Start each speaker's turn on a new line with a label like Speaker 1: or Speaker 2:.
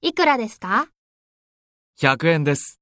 Speaker 1: いくらですか
Speaker 2: 100円です。